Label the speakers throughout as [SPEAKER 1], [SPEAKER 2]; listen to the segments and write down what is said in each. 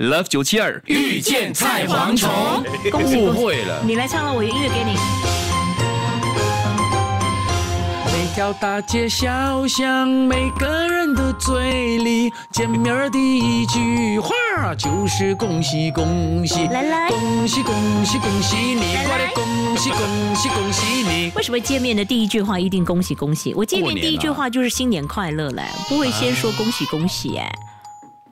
[SPEAKER 1] Love 九七二
[SPEAKER 2] 遇见菜蝗虫，
[SPEAKER 3] 恭喜
[SPEAKER 1] 误
[SPEAKER 3] 恭喜！
[SPEAKER 1] 会了，
[SPEAKER 3] 你来唱了，我有音乐给你。
[SPEAKER 2] 每条大街小巷，每个人的嘴里，见面儿第一句话就是恭喜恭喜，
[SPEAKER 3] 来来
[SPEAKER 2] 恭喜恭喜恭喜你，
[SPEAKER 3] 来来
[SPEAKER 2] 快点恭喜恭喜恭喜你！
[SPEAKER 3] 为什么见面的第一句话一定恭喜恭喜？我见面
[SPEAKER 1] 过年啊
[SPEAKER 3] 第一句话就是新年快乐嘞，不会先说恭喜恭喜哎。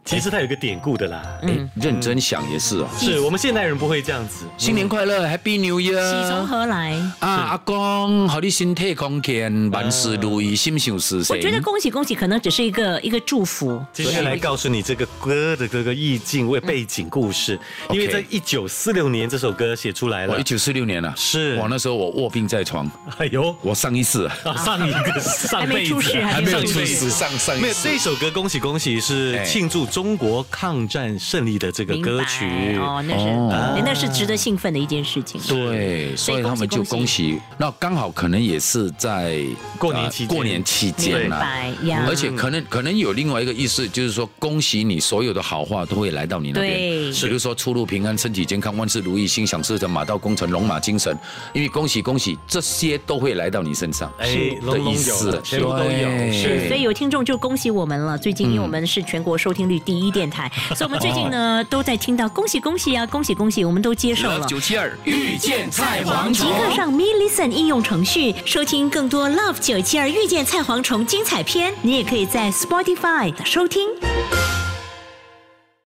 [SPEAKER 4] 其实它有一个典故的啦，
[SPEAKER 1] 哎，认真想也是哦。
[SPEAKER 3] 嗯
[SPEAKER 4] 是我们现代人不会这样子。
[SPEAKER 2] 新年快乐，Happy New
[SPEAKER 3] 喜从
[SPEAKER 2] Year！
[SPEAKER 3] 何来？
[SPEAKER 2] 啊，阿公，好你身体康健，万事如意，心想事成
[SPEAKER 3] 我。觉得恭喜恭喜可能只是一个一个祝福。
[SPEAKER 4] 接下来告诉你这个歌的这个意境、为背景故事，
[SPEAKER 3] 嗯
[SPEAKER 4] 因为
[SPEAKER 2] OK
[SPEAKER 4] 在一九四六年这首歌写出来
[SPEAKER 2] 我
[SPEAKER 4] 了
[SPEAKER 3] 哦
[SPEAKER 2] 一。九四六年了，
[SPEAKER 4] 是
[SPEAKER 2] 我那时候我卧病在床，
[SPEAKER 4] 哎呦，
[SPEAKER 2] 我上一次啊
[SPEAKER 4] 啊上一个上
[SPEAKER 3] 没
[SPEAKER 4] 辈
[SPEAKER 3] 出世
[SPEAKER 4] 子
[SPEAKER 3] 还没有出
[SPEAKER 4] 世
[SPEAKER 2] 上上
[SPEAKER 4] 没有这首歌，恭喜恭喜是
[SPEAKER 2] 哎
[SPEAKER 4] 庆祝中国抗战胜利的这个
[SPEAKER 3] 明白
[SPEAKER 4] 歌曲。
[SPEAKER 3] 哦，那是、
[SPEAKER 2] 哦
[SPEAKER 3] 那是值得兴奋的一件事情。
[SPEAKER 2] 对，
[SPEAKER 3] 所
[SPEAKER 2] 所
[SPEAKER 3] 以
[SPEAKER 2] 以他们就
[SPEAKER 3] 恭
[SPEAKER 2] 恭喜。那刚好可能也是在
[SPEAKER 4] 过年期间
[SPEAKER 2] 呃过年期间
[SPEAKER 3] 明
[SPEAKER 2] 啦、
[SPEAKER 3] 白呀
[SPEAKER 2] 而且可能可能有另外一个意思，就是说恭喜你所有的好话都会来到你那边。
[SPEAKER 3] 对
[SPEAKER 2] 比如说出入平安、身体健康、万事如意、心想事成、马到功成、龙马精神。因为恭喜恭喜，这些都会来到你身上。
[SPEAKER 4] 哎，
[SPEAKER 2] 的
[SPEAKER 4] 龙
[SPEAKER 2] 意
[SPEAKER 4] 龙
[SPEAKER 2] 思
[SPEAKER 4] 有，全部都有。
[SPEAKER 2] 对
[SPEAKER 4] 是
[SPEAKER 3] 所以有听众就恭喜我们了。最近因为我们是全国收听率第一电台，所以我们最近呢都在听到恭喜恭喜啊，恭喜恭喜，我们都接受了
[SPEAKER 1] Love。九七二
[SPEAKER 2] 遇见菜蝗
[SPEAKER 3] 即刻上 Me Listen 应用程序收听更多 Love 九七二遇见菜蝗虫精彩片，你也可以在 Spotify 收听。